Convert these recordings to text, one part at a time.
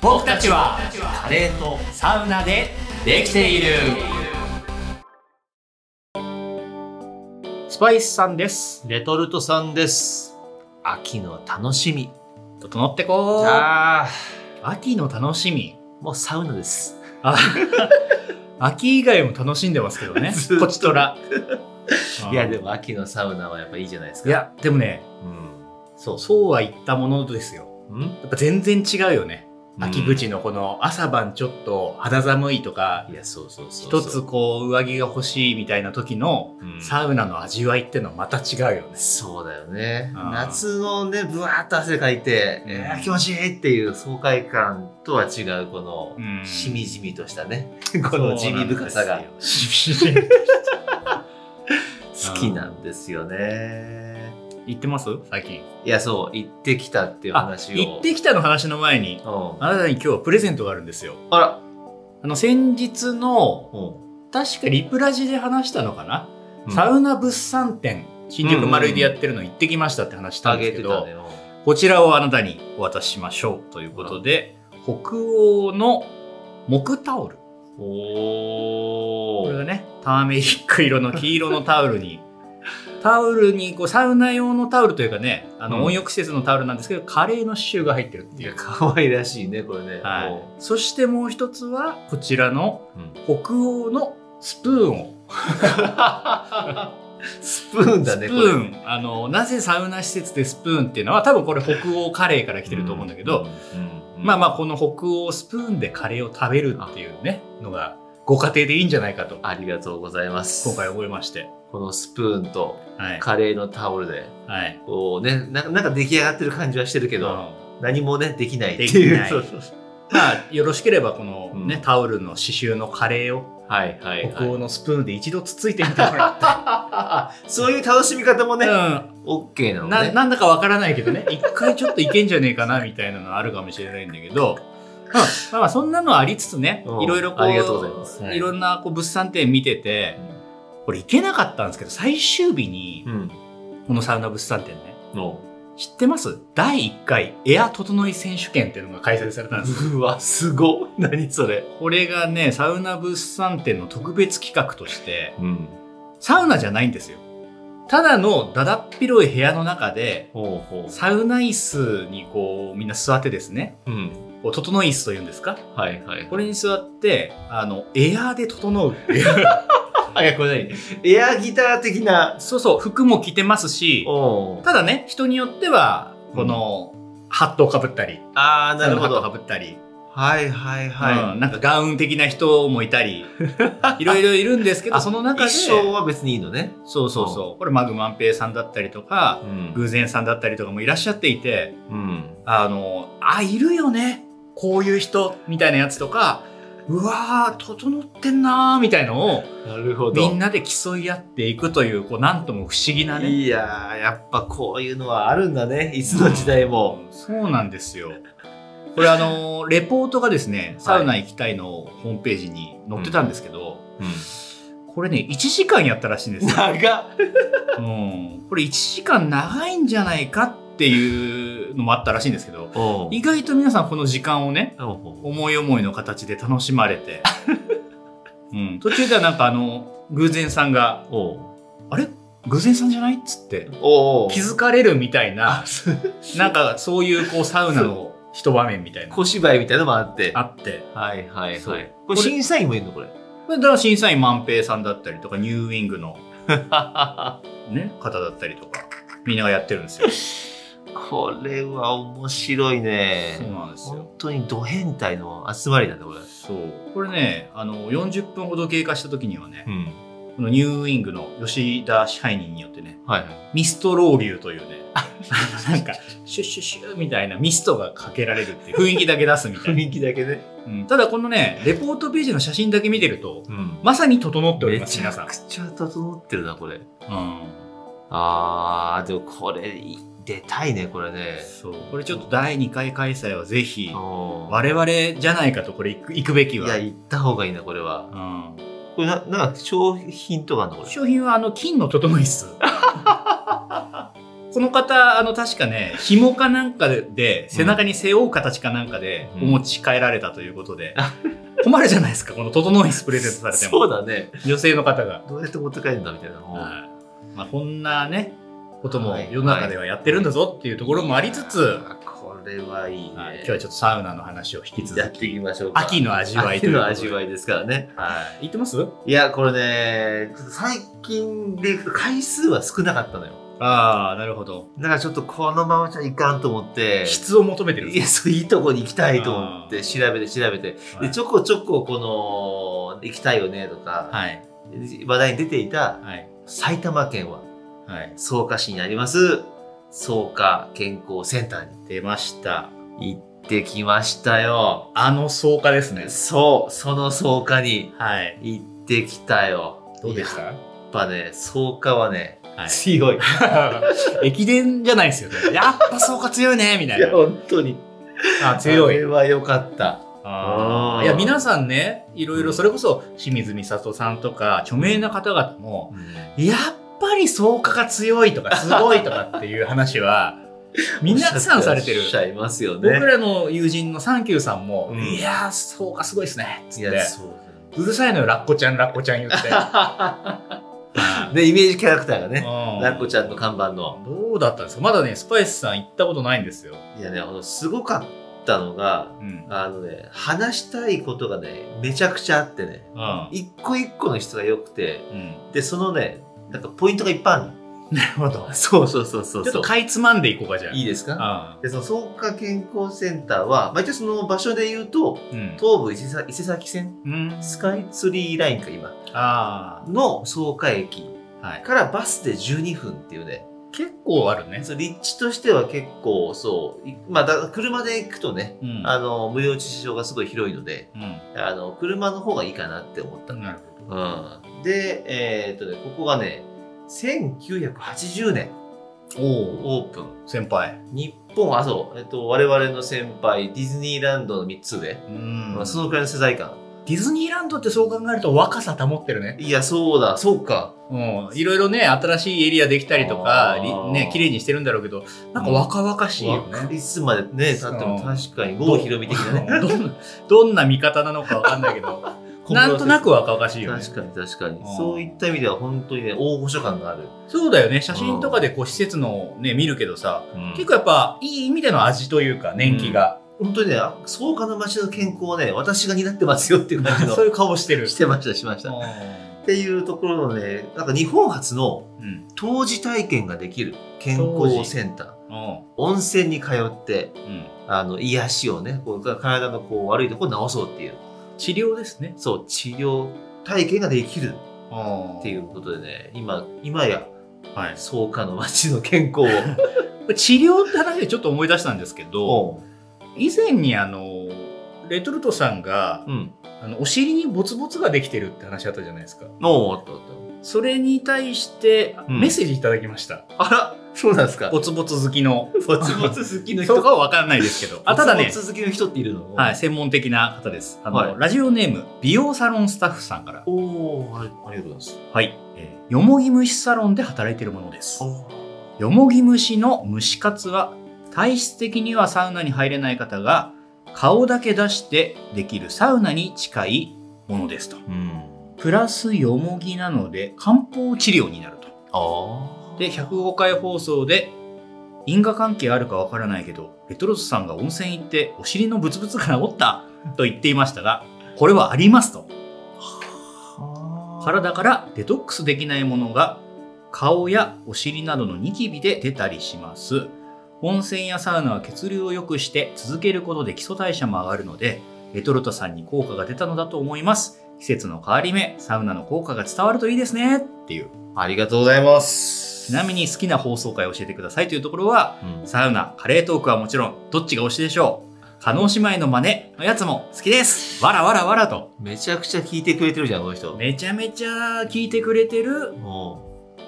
僕たちはカレーとサウナでできているスパイスさんですレトルトさんです秋の楽しみ整ってこうあ秋の楽しみーもうサウナですあ 秋以外も楽しんでますけどね ずっとこちとらいやうんでも秋のサウナはやっぱいいじゃないですかいやでもねうんそうそうは言ったものですようんやっぱ全然違うよね秋口のこの朝晩ちょっと肌寒いとかいやそうそうそうそ一うつこう上着が欲しいみたいな時のうんサウナの味わいってのはまた違うよねそうだよねあー夏のねぶわーっと汗かいて、うんえー気持ちいいっていう爽快感とは違うこの、うんしみじみとしたねこの地味深さがしみじみ好きなんですよね行ってます最近いやそう行ってきたっていう話を行ってきたの話の前にうん、あなたに今日はプレゼントがあるんですよあら、あの先日のうん確かリプラジで話したのかな、うんサウナ物産展新宿丸井でやってるの行ってきましたって話したあんでげすてけど、たねうんこちらをあなたにお渡ししましょうということで、北欧の木タオル。おこれがーね、ターメリック色の黄色のタオルに、 タオルにこうサウナ用のタオルというかね、あうんの温浴施設のタオルなんですけど、カレーの刺繍が入ってるっていいやう。可愛らしいねこれね、はい。そしてもう一つは、こちらのうん北欧のスプーンを。スプーンだスプねーン。あの、なぜサウナ施設でスプーンっていうのは、多分これ北欧カレーから来てると思うんだけど、、うんうんうんまあまあこの北欧スプーンでカレーを食べるっていうねのがご家庭でいいんじゃないかとありがとうございます今回覚えましてこのスプーンとはいカレーのタオルではいこうねななんか出来上がってる感じはしてるけけど、何もねできないってできいうないそう そうそうまあよろしければこのね、うんタオルの刺繍のカレーをはいはいはい北欧のスプーンで一度つついてみてもらっそういう楽しみ方も て、ね、オッケーなのうん、ねななんだかわからない けどね一回ちょっといけんじゃねえかなみたいなのあるかもしれないんだけど、うんまあまあそんなのありつつねうんいろいろこうありがとうございますはいいろんなこう物産展見ててこれ行けなかったんですけど最終日にうんこのサウナ物産展ねの知ってます第1回エア整い選手権っていうのが開催されたんですよ うわすごっ何それこれがねサウナ物産展の特別企画としてうんサウナじゃないんですよただのだだっ広い部屋の中でほうほサウナ椅子にこうみんな座ってですねううんこう整い椅子というんですかはいはいこれに座ってあのエアーで整う っていうあいやこれ何エアギター的なそうそう服も着てますしおただね人によってはこの、ハットをかぶったりああなるほサウナハットをどかぶったりはいはいはうい、んなんかガウン的な人もいた りいろいろいるんですけどあその中で一生そうは別にいいのね、そうそうこれマグマンペイさんだったりとかん偶然さんだったりとかもいらっしゃっていてうん、あのあいるよねこういう人みたいなやつとかうわー整ってんなーみたいのをなるほどみんなで競い合っていくというこうなんとも不思議なねいやーやっぱこういうのはあるんだねいつの時代も、そうなんですよこれあの レポートがですねサウナ行きたいのホームページに載ってたんですけど、これね1時間やったらしいんです よ長っうん、これ1時間長いんじゃないかっていうのもあったらしいんですけどおう意外と皆さんこの時間をねおう思い思いの形で楽しま れて、うん、途中ではなんかあの偶然さんがおう「あれ偶然さんじゃない?」っつっておう気づかれるみたいなすなんかそういうこうサウナの一場面みたいな小芝居みたいなのもあってあってはいはいそはういここれれ審査員もいるのこれだから審査員万平さんだったりとかニューウィング の、ね、方だったりとかみんながやってるんですよ。これは面白いそうねなんですよ本当にド変態の集まりなんだこれそうこれねあの40分ほど経過した時にはね、んこのニューウィングの吉田支配人によってねはいはいミストロウリュウというね あのなんかシュッシュッシュみたいなミストがかけられるっていう 雰囲気だけ出すみたい雰な、囲気だけね、うんただこのねレポートページの写真だけ見てるとうん、まさに整っておりめますち皆ゃさんく、ちゃ整ってるなこれうん、あーでもこれ出たいねこれねそうこれちょっと第2回開催はぜひおう我々じゃないかとこれ行く行くべきいはや、行った方がいいな、これは。うん、これな、なんか商品とかあるのこれ。 商品はあの金の整い椅子ここの方、あの、確かね、紐かなんかで、で背中に背負う形かなんかで、うんお持ち帰られたということで、困るじゃないですか、この整いスプレゼントされても。そうだね。女性の方が。どうやって持って帰るんだみたいな。はいまあ、こんなね、こともはい世の中ではやってるんだぞっていうところもありつつ、あこれはいいね。はい今日はちょっとサウナの話を引き続やっき、ていきましょうか。秋の味わいと秋いうこのとで。味わいですからね。はい。言ってますいや、これね、最近で回数は少なかったのよ。ああ、なるほど。だからちょっとこのままじゃいかんと思って。質を求めてるんいでや、すそういいとこに行きたいと思って、調べて調べて。かで、ちょこちょここの、行きたいよねとか、はい。話題に出ていたはい。埼玉県ははい。草加市にあります草加健康センター出ました。に行ってきましたよ。あの草加ですね。そう、その草加にはい。行ってきたよ。どうでしたやっぱね、草加はね、は強い。い。 駅伝じゃないですよね。やっぱ草加強いね、みたいいなや、。本当に。ああれは良かった。あーいや、皆さんね、いろいろ、それこそ清水美里さんとか、著名な方々も、やっぱり草加が強いとか、すごいとかっていう 話は、皆さんされてるおっ。しゃいますよね。僕らの友人のサンキューさんも、うんいやー、草加すごいですね。ついって。や、そうだねうるさいのよ、ラッコちゃん、ラッコちゃん 言って。で、イメージキャラクターがね、ララッコちゃんの看板の。どうだったんですかまだね、スパイスさん行ったことないんですよ。いやね、あの、すごかったのが、うん。あのね、話したいことがね、めちゃくちゃあってね、うん。一個一個の質が良くて、 うんで、そのね、なんかポイントがいっぱいあるなるほどの。。そうそうそうそうちょそっとう。かいつまんでいこうか、じゃいいですかあ。で、その創価健康センターは、まあ、一応その場所で言うと、うん。東武伊勢崎伊勢崎線、うん。スカイツリーラインか今、あの創価駅あ。はい。からバスで12分っていうね、結構あるね。そう立地としては結構そうい、まあ、だ車で行くとね、うん。あの無料駐車場がすごい広いのでうん。あの車の方がいいかなって思った、なるほど。うん、で、えーっとね、ここがね1980年おお。オープン先輩。日本あそう、えっと、我々の先輩ディズニーランドの3つで、うんまあ、そのくらいの世代感ディズニーランドってそう考えると若さ保ってるね。いやそうだそうかうん。いろいろね、新しいエリアできたりとかあ、ーりね、綺麗にしてるんだろうけど、なんか若々しいよね。若いつまでね経っても確かに郷ひろみ的なねどんな、どんな見方なのかわかんないけど、 なんとなく若々しいよね。確かに確かにうんそういった意味では本当にね大御所感がある、そうだよね。写真とかでこう施設のね、見るけどさ、結構やっぱいい意味での味というか、年季が、本当にねあ草加の街の健康をね私が担ってますよっていう感じの そういう顔してる。してましたしましたっうていうところのねなんか日本初のんうん。湯治体験ができる健康センターうん温泉に通ってうん。あの癒しをねこう体のこう悪いところを治そうっていう治療ですね。そう治療体験ができるっってい。うことでね今今やはい。草加の街の健康これ治療って話でちょっと思い出したんですけ ど、を以前にあの、レトルトさんがう、んあの、お尻にボツボツができてるって話あったじゃないですか。おーっとっとそれに対して、うんメッセージいただきました。あら、そうなんですか。ボツボツ好きの。 ボツボツ好きのそう人か。はわかんないですけど。あ、ただねボ、ツボツ好きの人っているの。はい、。専門的な方です。あの、はいラジオネーム、美容サロンスタッフさんから。おお、はい、ありがとうございます。はい。えーよもぎ虫サロンで働いているものです。およもぎ虫の虫活は、体質的にはサウナに入れない方が、顔だけ出してできるサウナに近いものですと。うん。プラスよもぎなので、漢方治療になると。ああ。で、105回放送で、因果関係あるかわからないけど、レトロスさんが温泉行ってお尻のブツブツが治ったと言っていましたが、これはありますと。体からデトックスできないものが顔やお尻などのニキビで出たりします温泉やサウナは血流を良くして続けることで基礎代謝も上がるのでレトルトさんに効果が出たのだと思います季節の変わり目サウナの効果が伝わるといいですねっていうありがとうございます。ちなみに好きな放送回を教えてくださいというところはうん、サウナカレートークはもちろんどっちが推しでしょう加納姉妹の真似のやつも好きですわらわらわらとめちゃくちゃ聞いてくれてるじゃん、この人。めちゃめちゃ聞いてくれてるおー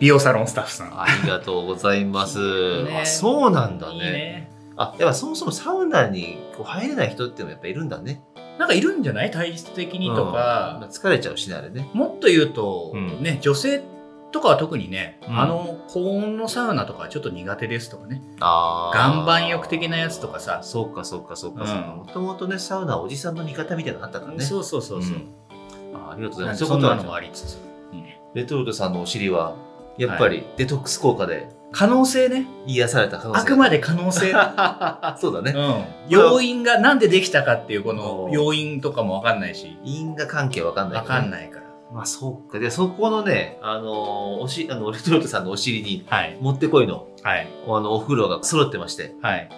美容サロンスタッフさんありがとうございます。ねあ、そうなんだね。いいねあ、やっぱそもそもサウナにこう入れない人っていうのもやっぱいるんだね。なんかいるんじゃない体質的にとうんまか、あ疲れちゃうしね、あれね。もっと言うと、うんね女性とかは特にね、うんあの高温のサウナとかはちょっと苦手ですとかねあー岩盤浴的なやつとかさそうかそうかそうかうんそうかもともとねサウナはおじさんの味方みたいなのあったからねそうそうそうそう、うんあーありがとうございますそそういうことはんなのもありつつ、レトルトさんのお尻はやっぱりデトックス効果で可能性ね癒された可能性あくまで可能性、 うん、あそうだね要因がなんでできたかっていうこのおー要因とかも分かんないし因果関係わかんない分かんいないからまあそうかでそこのねあのーおしあのレトルトさんのお尻にはいもってこいのはいあのお風呂が揃ってましてはい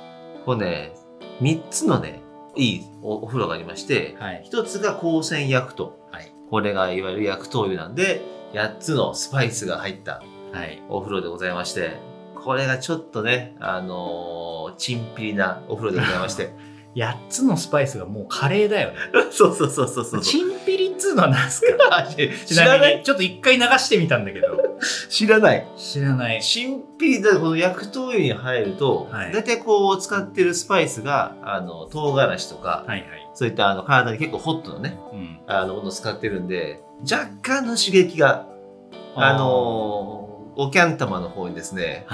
こうね3つのねいいおお風呂がありましてはい1つが光線薬湯はいこれがいわゆる薬湯湯なんで8つのスパイスが入ったはいお風呂でございましてこれがちょっとねあのーチンピリなお風呂でございまして 8つのスパイスがもうカレーだよねそうそうそうそうそうチンピリっつうのは何す か知ちならなみにいちょっと一回流してみたんだけど知らない知らないチンピリだこの薬湯湯に入ると、はい大体こう使ってるスパイスがあの唐辛子とか、はいはい、そういったあの体に結構ホットのねうん、あのものを使ってるんで若干の刺激があのーおキャン玉の方にですね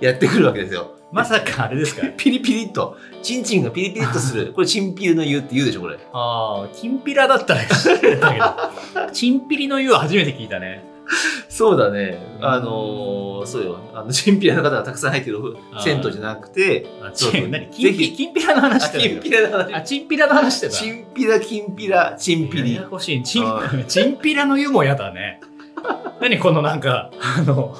ー やってくるわけですよまさかあれですかピリピリっとチンチンがピリピリっとす るこれチンピリの湯って言うでしょこれああ、チンピラだったら知ってたけ ど、チンピリの湯は初めて聞いたね。そうだねあのーそうよあのチンピラの方がたくさん入ってるあー銭湯じゃなくてあ、そうそう何ぜ金ひピ金ピラの話あしてチンるピラのあ、話チンピラの話してた。チンピラキンピラチンピリややこしい。チあン チンピラの湯もやだね。何このなんか、あの、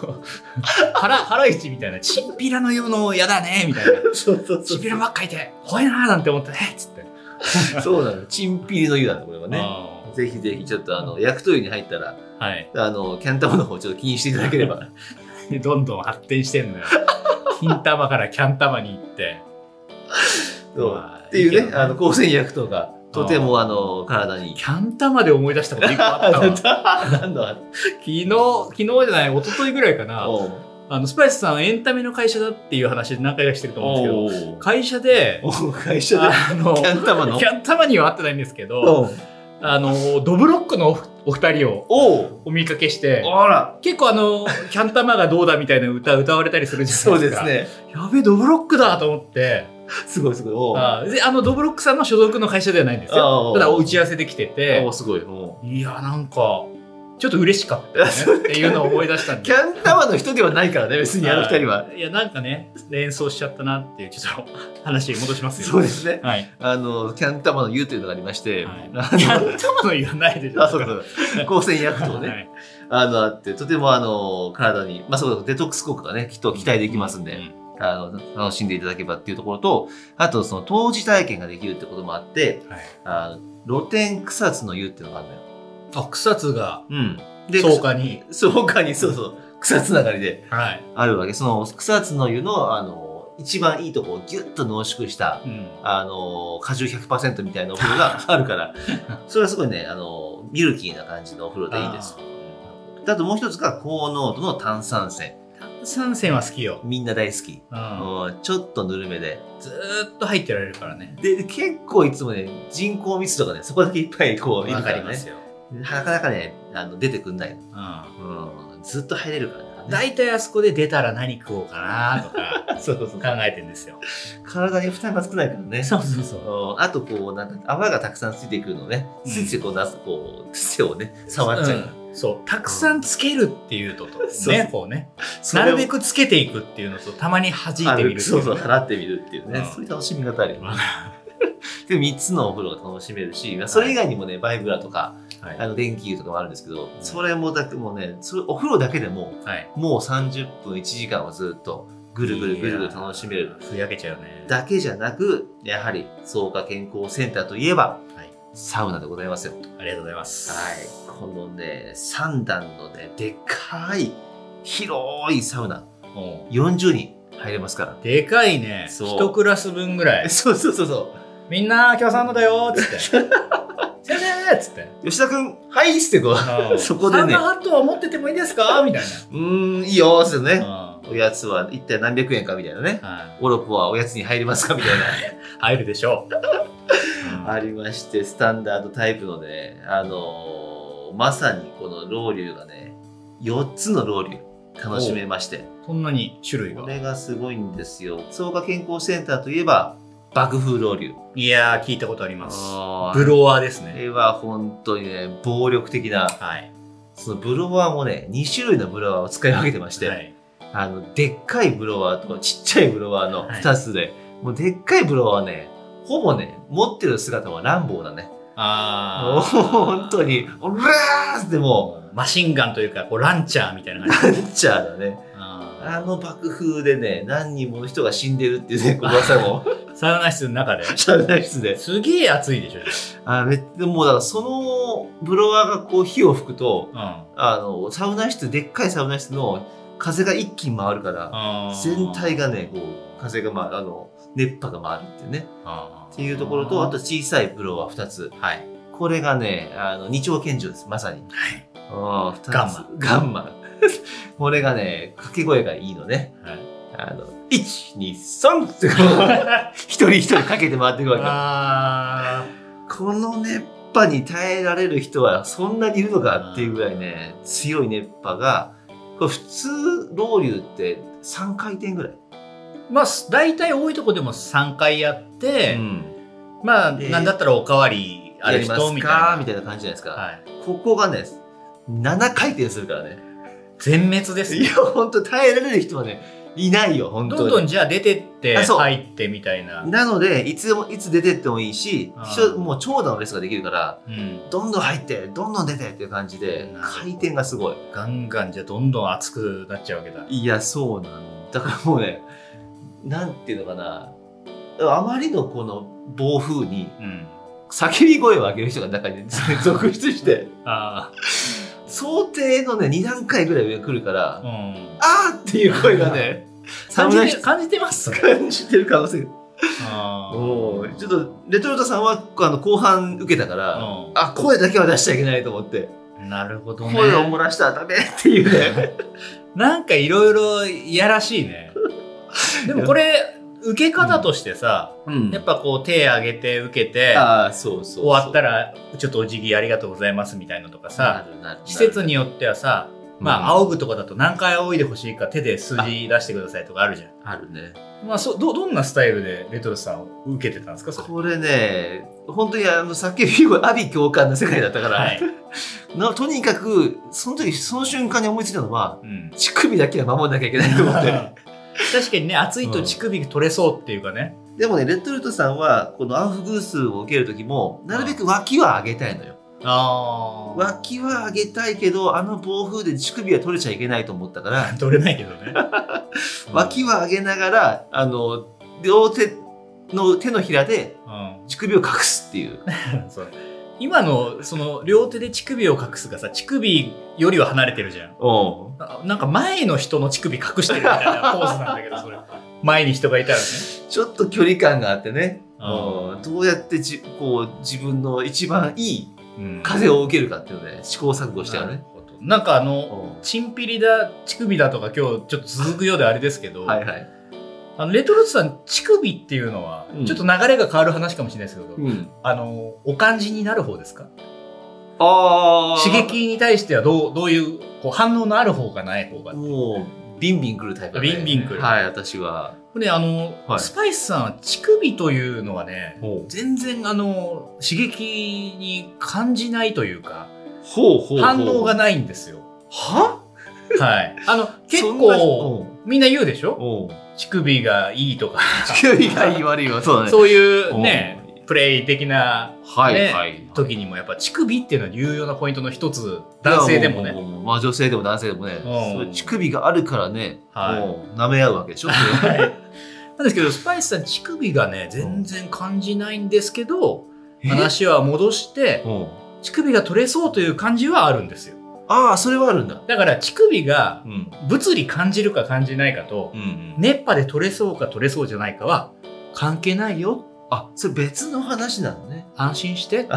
腹、腹いちみたいな、チンピラの湯のやだね、みたいな。そうそうチンピラばっかいて、怖いなーなんて思ったね、つって。そうなのチンピリの湯なのこれはねあぜひぜひちょっとあの薬湯湯に入ったらーはい。あのキャン玉の方ちょっと気にしていただけれ ばどんどん発展してんのよ。金玉からキャン玉に行って。そうまあっていういいけねどあの光線薬湯がとてもあの体にキャン玉で思い出したこと一個あったわ。 昨なんだ日、昨日じゃない、一昨日ぐらいかな。おうあの、スパイスさんエンタメの会社だっていう話何回かしてると思うんですけど、おう会社で、おう会社であの、キキャン玉のャン玉には会ってないんですけど、おうあの、ドブロックのおお二人をおうお見かけして、あら結構あの、キャン玉がどうだみたいな歌歌われたりするじゃそなういでですすか。ねやべえ、ドブロックだと思って、すごいすごいおうあであの、ドブロックさんの所属の会社ではないんですよ。ああただ、打ち合わせできてておう、すごいおういや、なんか、ちょっと嬉しかったよねっていうのを思い出したんで。キャン玉の人ではないからね別にあの二人は。いや、なんかね、連想しちゃったなっていう、ちょっと話に戻しますよ。そうですねはい。あのキャン玉の湯というのがありまして、はい あキのャン玉の言わないでしょ。あそうか そうか光線薬湯ね、はいあのあってとてもあの体に、まあ、そうデトックス効果がねきっと期待できますんで、うあの楽しんでいただければっていうところとあとその湯治体験ができるってこともあってはいあの露天草津の湯っていうのがあるのよ。あ、草津がうん、草加に。そうかにそうそう草つながりではい。あるわけその草津の湯のあの一番いいとこをギュッと濃縮したうん。あの果汁100%みたいなお風呂 があるからそれはすごいねあのミルキーな感じのお風呂でいいですああともう一つが高濃度の炭酸泉三線は好きよ。みんな大好き、うん。もうちょっとぬるめでずーっと入ってられるからね。で結構いつもね人口密度がねそこだけいっぱいこういるわかかりらまねすよ。なかなかねあの出てくんない、うん。うん、ずっと入れるからね大体あそこで出たら何食おうかなと かそうそうそう考えてんですよ。体に負担が少ないからねうそうそ。うんあとこうなんか泡がたくさんついてくるのね、うんついついこう出すこう癖をね触っちゃう、んそう。たくさんつけるっていうのと、そうそねう、こうね。それなをるべくつけていくっていうのと、たまに弾いてみるっていう、ね。そうそう払ってみるっていうね、うんそういう楽しみ方あるよねわ で3つのお風呂が楽しめるしまあそれ以外にもねバイブラとかはいあの電気湯とかもあるんですけどそれもだってもうねそれお風呂だけでもはい。もう30分1時間はずっとぐるぐるぐるぐる楽しめる。ふやけちゃうね。だけじゃなくやはり草加健康センターといえば、はいサウナでございますよありがとうございます。はい、このね3段のねでっかい広いサウナも40人入れますかうでかいね。そう一クラス分ぐらら い。そうそうそうそみんな、今日サウナだよーっ つって。先生っつって。う吉田君はいっつってこうそこでねサウナハットは持っててもいいですかみたいうーんいいよーっつってな。ねおやつは一体何百円かみたいなねはいおろこはおやつに入りますかみたいな入るでしょ う。ありましてスタンダードタイプのねあのーまさにこのロウリュがね4つのロウリュ楽しめましてそんなに種類がこ。れがすごいんですよ草加健康センターといえば爆風ロウリュいやー、聞いたことあります。ブブロロワーですこね。れは本当にね暴力的なはい。そのブロワーもね2種類のブロワーを使い分けてまして、はい。あのでっかいブロワーとちっちゃいブロワーのはい2つで、もうでっかいブロワーはねほぼね持ってる姿は乱暴なねあー。本当に「オラー!」ってもマシンガンというか、こう、ランチャーみたいなうラ感じ。ンチャーだねああの爆風でね何人もの人が死んでるって いうね噂もーサウナ室の中で。シャナ室ですげえ暑いでしょ。あめでもうだからそのブロワーがこう火を吹くとうん。ああのサウナ室でっかいサウナ室の風が一気に回るからー全体がねこう風が回るあの熱波が回るっていうねあーっていうところとあと、小さいブロワー2つはい。これがねあの二丁拳銃ですまさにはい。あーガガンンママガンマ これがね掛け声がいいのね はいあの123って こう一人一人かけて回っていくわけよあこの熱波に耐えられる人はそんなにいるのかっていうぐらいね強い熱波がこれ普通ロウリュって3回転ぐらい、ーまあ、大体多いとこでも3回やって、まあ、でなんだったらおかわりあやりる人ますみたいかな。みたいな感じじゃないですか、はい。ここがね7回転するからね全滅ですいよ。や本当耐えられる人はねいないよ本当にどんどんじゃあ出てって、あそう入ってみたいな。なのでいつもいつ出てってもいいしあー一緒もう長蛇のレースができるからうん。どんどん入ってどんどん出てっていう感じでなるほど回転がすごいガンガンじゃあどんどん熱くなっちゃうわけだ。いやそうなんだからもうねなんていうのかなあまりのこの暴風にうん。叫び声を上げる人が中に 続出してあ想定のね2段階ぐらい上が来るから、ああ。うん。ーっていう声が ね寒感じいて人感じ てますそれ感じてる可能性があおーちょっとレトルトさんはあの後半受けたから、ーあ声だけは出しちゃいけないと思って、うんなるほどね。声を漏らしたらダメっていうねなんかいろいろいやらしいね。でもこれ、受け方としてさ、うんやっぱこう手挙げて受けて、 ああそうそうそう終わったらら、ちょっとお辞儀ありがとうございますみたいなのとかさ、さ施設によってはさ、まあ、うん仰ぐとかだと何回仰いでほしいか手で数字出してくださいとかあるじゃん。あるねまあ、そどどんなスタイルでレトルトさんを受けてたんですかそれこれね本当にあの叫び声阿鼻共感の世界だったから、はい、なとにかくその時その瞬間に思いついたのは うん、乳首だけは守んなきゃいけないと思って確かにね暑いと乳首取れそうっていうかね、 でもねレトルトさんはこのアンフグースを受ける時もなるべく脇は上げたいのよああ脇は上げたいけどあの暴風で乳首は取れちゃいけないと思ったから取れないけど ね脇は上げながらあの両手の手のひらでうん、乳首を隠すっていうそう今のその両手で乳首を隠すがさ乳首よりは離れてるじゃんおななんか前の人の乳首隠してるみたいなポーズなんだけどそれ前に人がいたらねちょっと距離感があってねあうんどうやってじこう自分の一番いいうん風を受けるかっていうのね試行錯誤したよなるね。ほどなんかあのおチンピリだ乳首だとか今日ちょっと続くようであれですけど、はいはい。あのレトルトさん乳首っていうのは、うんちょっと流れが変わる話かもしれないですけど、うん、あのお感じになる方ですかあー刺激に対してはどうどういうこう反応のある方かない方かもうビンビン来るタイプだねビンビン来るはい私は。これねあの、はいスパイスさんは乳首というのはねほう全然あの刺激に感じないというかほうほう反応がなないんですよははいあの結そんな構みんな言うでしょおうおう乳首がいいとか乳首がいい悪いはそうだね。 そういうねプレイ的なはいねはい。時にもやっぱ乳首っていうのは重要なポイントの一つ男性でもいやねうううまあ女性でも男性でもね、うんそう乳首があるからね、はいもう舐め合うわけでしょ。それはいなんですけどスパイスさん乳首がね全然感じないんですけど話は戻してうん乳首が取れそうという感じはあるんですよああそれはあるんだ。だから乳首がうん物理感じるか感じないかとうんうん熱波で取れそうか取れそうじゃないかは関係ないよあそれ別の話なの ね。安心して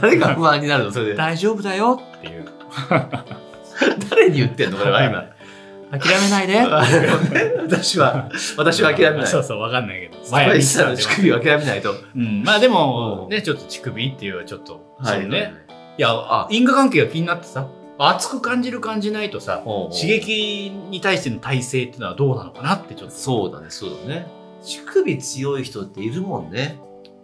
誰が不安になるのそれで。大丈夫だよっていう誰に言ってんのこれは今。諦めないで私は 私は諦めない。そスうそうわかんないけどパイスさんの前見て乳たんで首を諦めないと。うんまあでもうんねちょっと乳首っていうのはちょっとはそいのねいやあ因果関係が気になってさ熱く感じる感じないとさ刺刺激に対しての耐性っていうのはどうなのかなってちょっとそうだねそうだね乳首強い人っているもんね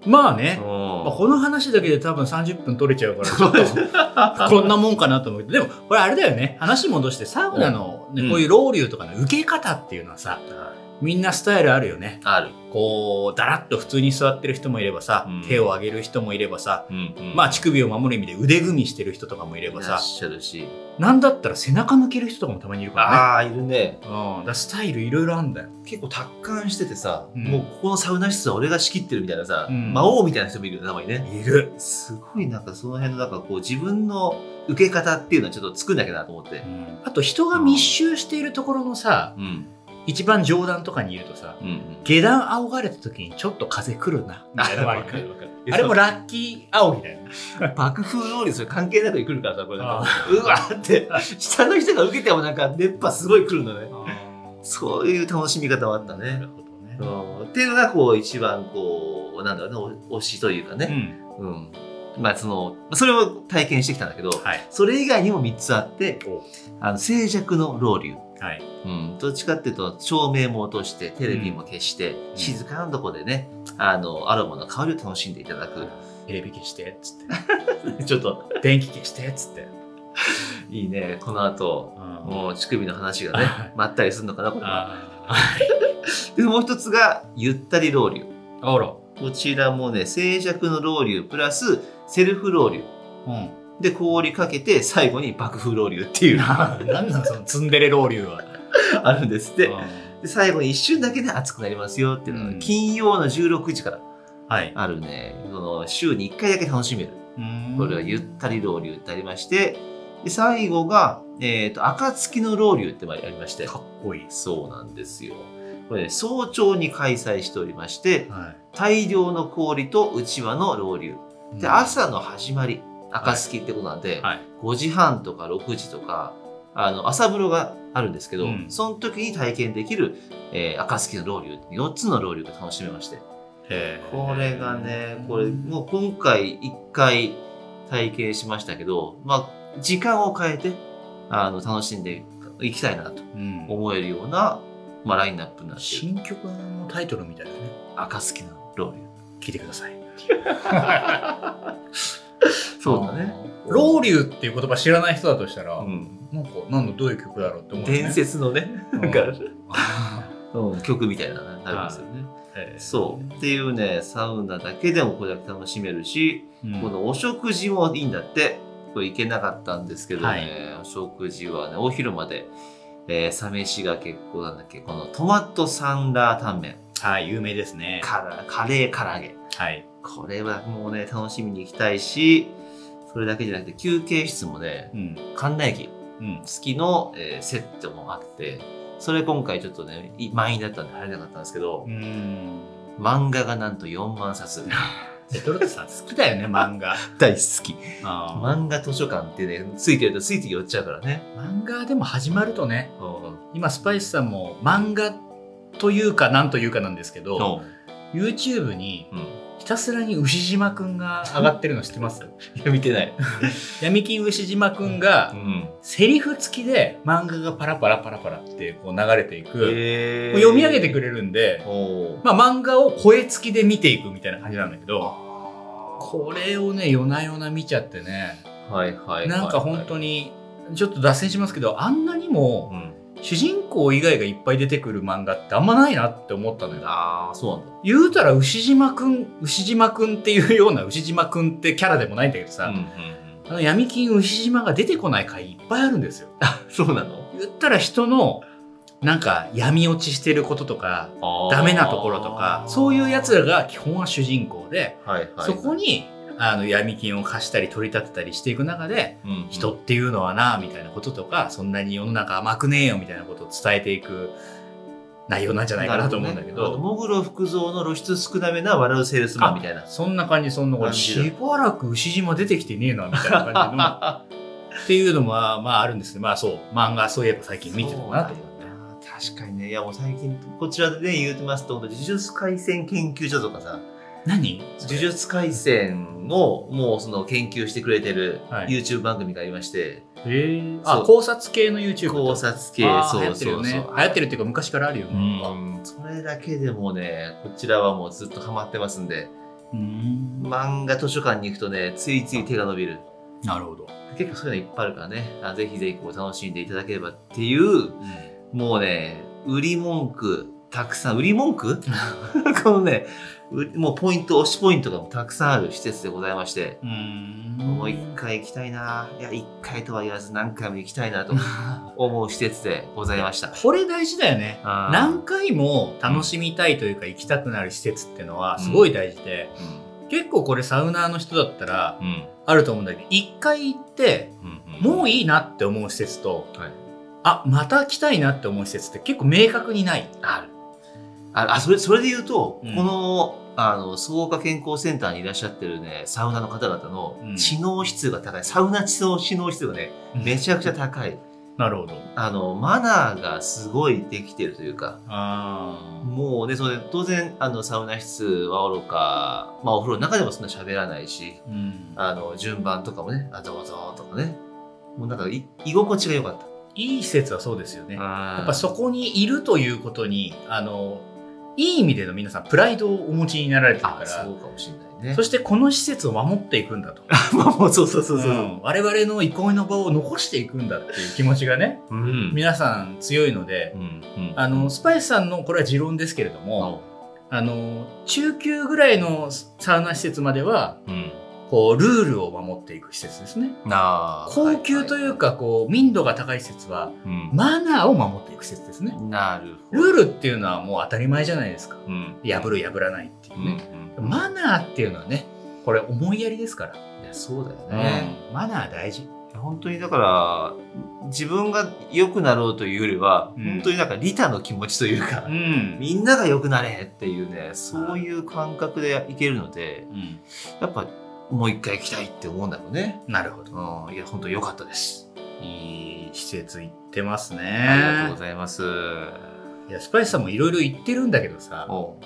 まあうね、んまあ、この話だけで多分30分取れちゃうからちょっ とこんなもんかなと思うけどでもこれあれだよね話戻してサウナの、ねうんこういうロウリュとかの受け方っていうのはさみんなスタイルあるよねある、こうだらっと普通に座ってる人もいればさ、うん手を上げる人もいればさうんうんまあ乳首を守る意味で腕組みしてる人とかもいれいばらっさしゃるしなんだったら背中向ける人とかもたまにいるからねああいるねうん、だからスタイルいろいろあんだよ結構達観しててさ、うんもうここのサウナ室は俺が仕切ってるみたいなさ、うん魔王みたいな人もいるよねたまにねいる、すごいなんかその辺のなんかこう自分の受け方っていうのはちょっと作んなきゃなと思ってあと人が密集しているところのさうん一番上段とかにいるとさうんうん下段仰がれた時にちょっと風来るなみたい なのがあるわかるわかるあれもラッキー仰ぎだよね爆風ローリーそれ関係なく来るからさこれなんあかうわーって下の人が受けてもなんか熱波すごい来るのねそういう楽しみ方もあったなねるほどねうんっていうのがこう一番こうなんだろうねお推しというかうね、んうんまあそのそれを体験してきたんだけどはいそれ以外にも3つあっておあの静寂のロウリュはいうん、どっちかっていうと照明も落としてテレビも消して、ん静かなとこでねあのアロマの香りを楽しんでいただくテレビ消してっつってちょっと電気消してっつって、いいねこの後うん、もう乳首の話がねはいまったりするのかなこれはあでもう一つがゆったりロウリューあらこちらもね静寂のロウリュプラスセルフロウリュうんで氷かけて最後に爆風ロウリュっていうのがななんなんそのツンデレロウリュはあるんですってうんで最後に一瞬だけで熱くなりますよっていうのが、うん金曜の16時からはいあるねその週に1回だけ楽しめるこれはゆったりロウリュってありまして、で最後が、えっ、と、暁のロウリュってまありまして、かっこいいそうなんですよ。これね、早朝に開催しておりまして、は大量の氷とうちわのロウリュ。いで、朝の始まり、暁ってことなんで、はい5時半とか6時とか、あの、朝風呂があるんですけど、うんその時に体験できる、えー、暁のロウリュ、4つのロウリュが楽しめまして、へーこれがね、これ、もう今回一回体験しましたけど、まあ、時間を変えて、あの、楽しんでいきたいなとうん思えるような、まあ、ラインナップになっている。新曲のタイトルみたいだね暁のロウリ聞いてくださいュ。そうだね。ロウリュっていう言葉知らない人だとしたら、うん。なんか何のどういう曲だろうって思う、ね、伝説のね、うんなんかうん曲みたいなのになりますよね。そう。っていうね、サウナだけでもこれだけ楽しめるし、う、うんこのお食事もいいんだって。これ行けなかったんですけどね、はいお食事はね、お昼まで、えー、サ飯が結構なんだっけ、このトマトサンラータンメン、はい有名ですねからカレー唐揚げ。はいこれはもうね、楽しみに行きたいし、それだけじゃなくて休憩室もね、うん館内機うん付きの、えーセットもあって、それ今回ちょっとね、い満員だったんで入れなかったんですけどう、ん漫画がなんと4万冊。 レトルトさん好きだよね漫画大好き。あ漫画図書館ってね、ついてるとついて寄っちゃうからね。ー漫画でも始まるとねうん今スパイスさんも漫画というかなんというかなんですけど、の YouTube にうん。ひたすらに牛島くんが上がってるの知ってます いや、見てない。 闇金牛島くんがん。セリフ付きで漫画がパラパラパラパラってこう流れていく、え読み上げてくれるんで、おーまあ、漫画を声付きで見ていくみたいな感じなんだけどこれをね夜な夜な見ちゃってねはいはいはい。なんか本当にちょっと脱線しますけどあんなにもうん。主人公以外がいっぱい出てくる漫画ってあんまないなって思ったのよああ、そうなんだ。言うたら牛島くん牛島くんっていうような 牛島くんってキャラでもないんだけどさ、んあの闇金牛島が出てこない回いっぱいあるんですようん。そうなの言ったら人のなんか闇落ちしてることとかダメなところとかそういうやつらが基本は主人公で、はいはい。そこにあの闇金を貸したり取り立てたりしていく中でうん、人っていうのはなみたいなこととかそんなに世の中甘くねえよみたいなことを伝えていく内容なんじゃないかなと思うんだけなるほねあのどモグロ福蔵の露出少なめな笑うセールスマンみたいな。そんな感じそんな感じ感じしばらく牛島出てきてねえなみたいな感じの っていうのもまあまああるんですけどまあそう漫画そういえば最近見てたなと思って。確かにね、いやもう最近、こちらでね、言うてますと、呪術廻戦研究所とかさ、何呪術廻戦をもうその研究してくれてるはい YouTube 番組がありまして、へえあそう考察系の YouTube 考察系あーそうそうそう、流行ってるよね流行ってるっていうか昔からあるようねんそれだけでもねこちらはもうずっとハマってますんでうん漫画図書館に行くとねついつい手が伸びるなるほど、結構そういうのいっぱいあるからねあぜひぜひこう楽しんでいただければっていうもうね売り文句たくさん売り文 句このねうもうポイント推しポイントがたくさんある施設でございましてうんもう一回行きたいないや一回とは言わず何回も行きたいなと思う施設でございました これ大事だよねあー何回も楽しみたいというか行きたくなる施設っていうのはすごい大事で、結構これサウナーの人だったらうんうんあると思うんだけど一回行ってうんもういいなって思う施設と、はいあまた来たいなって思う施設って結構明確にないあるあるあそれそれで言うと、うんこのあの総合健康センターにいらっしゃってるねサウナの方々のうん知能指数が高い、サウナ知能指能指数がねめちゃくちゃ高いなるほどあのマナーがすごいできてるというかあもうねそれ当然あのサウナ室はおろか、まあ、お風呂の中でもそんな喋らないしーうんあの順番とかもねあどうぞとかねもうなんかい居心地が良かったいい施設はそうですよねややっぱそこにいるということにあのいい意味での皆さんプライドをお持ちになられてるかあらそうかもしれないねそしてこの施設を守っていくんだと まあもうそうそうそうそうう、ん我々の憩いの場を残していくんだっていう気持ちがねうん皆さん強いので、うんうんあのスパイスさんのこれは持論ですけれども、あの中級ぐらいのサウナ施設まではうん、こうルールを守っていく施設ですねなあ高級という、かこう民度が高い施設はいははいうんマナーを守っていく施設ですねなるほルど、ールっていうのはもう当たり前じゃないですかうん破る破らないっていううんね、うんマナーっていうのはねこれ思いやりですから、いやそうだよね、うんマナー大事本当にだから自分が良くなろうというよりは、うん本当になんか利他の気持ちというか、んみんなが良くなれっていうねそういう感覚でいけるのでうん、やっぱもう一回行きたいって思うんだろうね、なるほどうん、いや本当良かったです、いい施設行ってますねありがとうございますいやスパイスさんもいろいろ言ってるんだけどさおう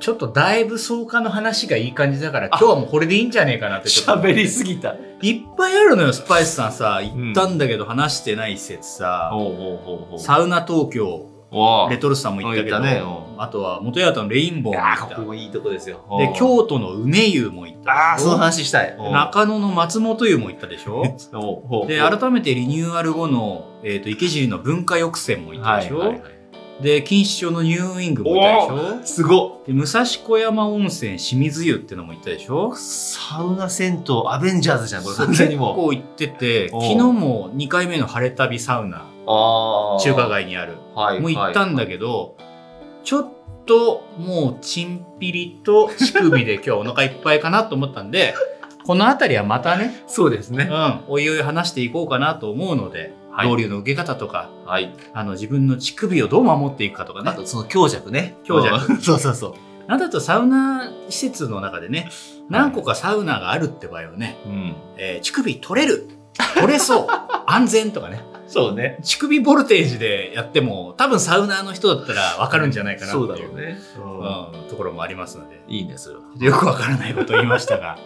ちょっとだいぶ草加の話がいい感じだから今日はもうこれでいいんじゃねえかなってちょっと喋りすぎたいっぱいあるのよスパイスさんさ行ったんだけど話してない施設さ、おうおうおうおうサウナ東京おうレトルスさんも行ったけど行ったねうんあとは元八幡のレインボーもああ、行ここっもいいとこですよ。たで日、京都の梅湯も行ったああ、その話したい。中野の松本湯も行ったでしょ おうで改めてリニューアル後の、えー、と池尻の文化抑制も行ったでしょ、はいはいはいで錦糸町のニューウィングも行ったでしょすごっで武蔵小山温泉清水湯ってのも行ったでしょサウナ銭湯アベンジャーズじゃん、これ完全に結も構行っててお昨う日も2回目の晴れ旅サウナう。あ中華、街にあるはいもう行ったんだけど、ちょっともうチンピリと乳首で今日お腹いっぱいかなと思ったんで この辺りはまたね、そうですうね。ん、おいおい話していこうかなと思うので、はい同僚の受け方とかはい。あの自分の乳首をどう守っていくかとかあねと、その強弱ね。強弱うん。 そうそうそう。なんだとサウナ施設の中でね何個かサウナがあるって場合はね、うん。えー乳首取れる取れそう 安全とかねそうね。乳首ボルテージでやっても多分サウナーの人だったら分かるんじゃないかなっていそううだろうね。うんところもありますのでいいね、それは。よく分からないことを言いましたが、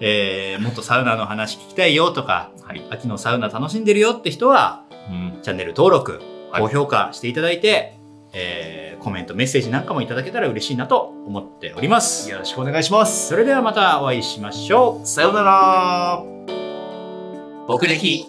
えーもっとサウナの話聞きたいよとかはい。秋のサウナ楽しんでるよって人はうん。チャンネル登録はい高評価していただいて、えーコメントメッセージなんかもいただけたら嬉しいなと思っておりますよろしくお願いします。それではまたお会いしましょうさようなら。僕歴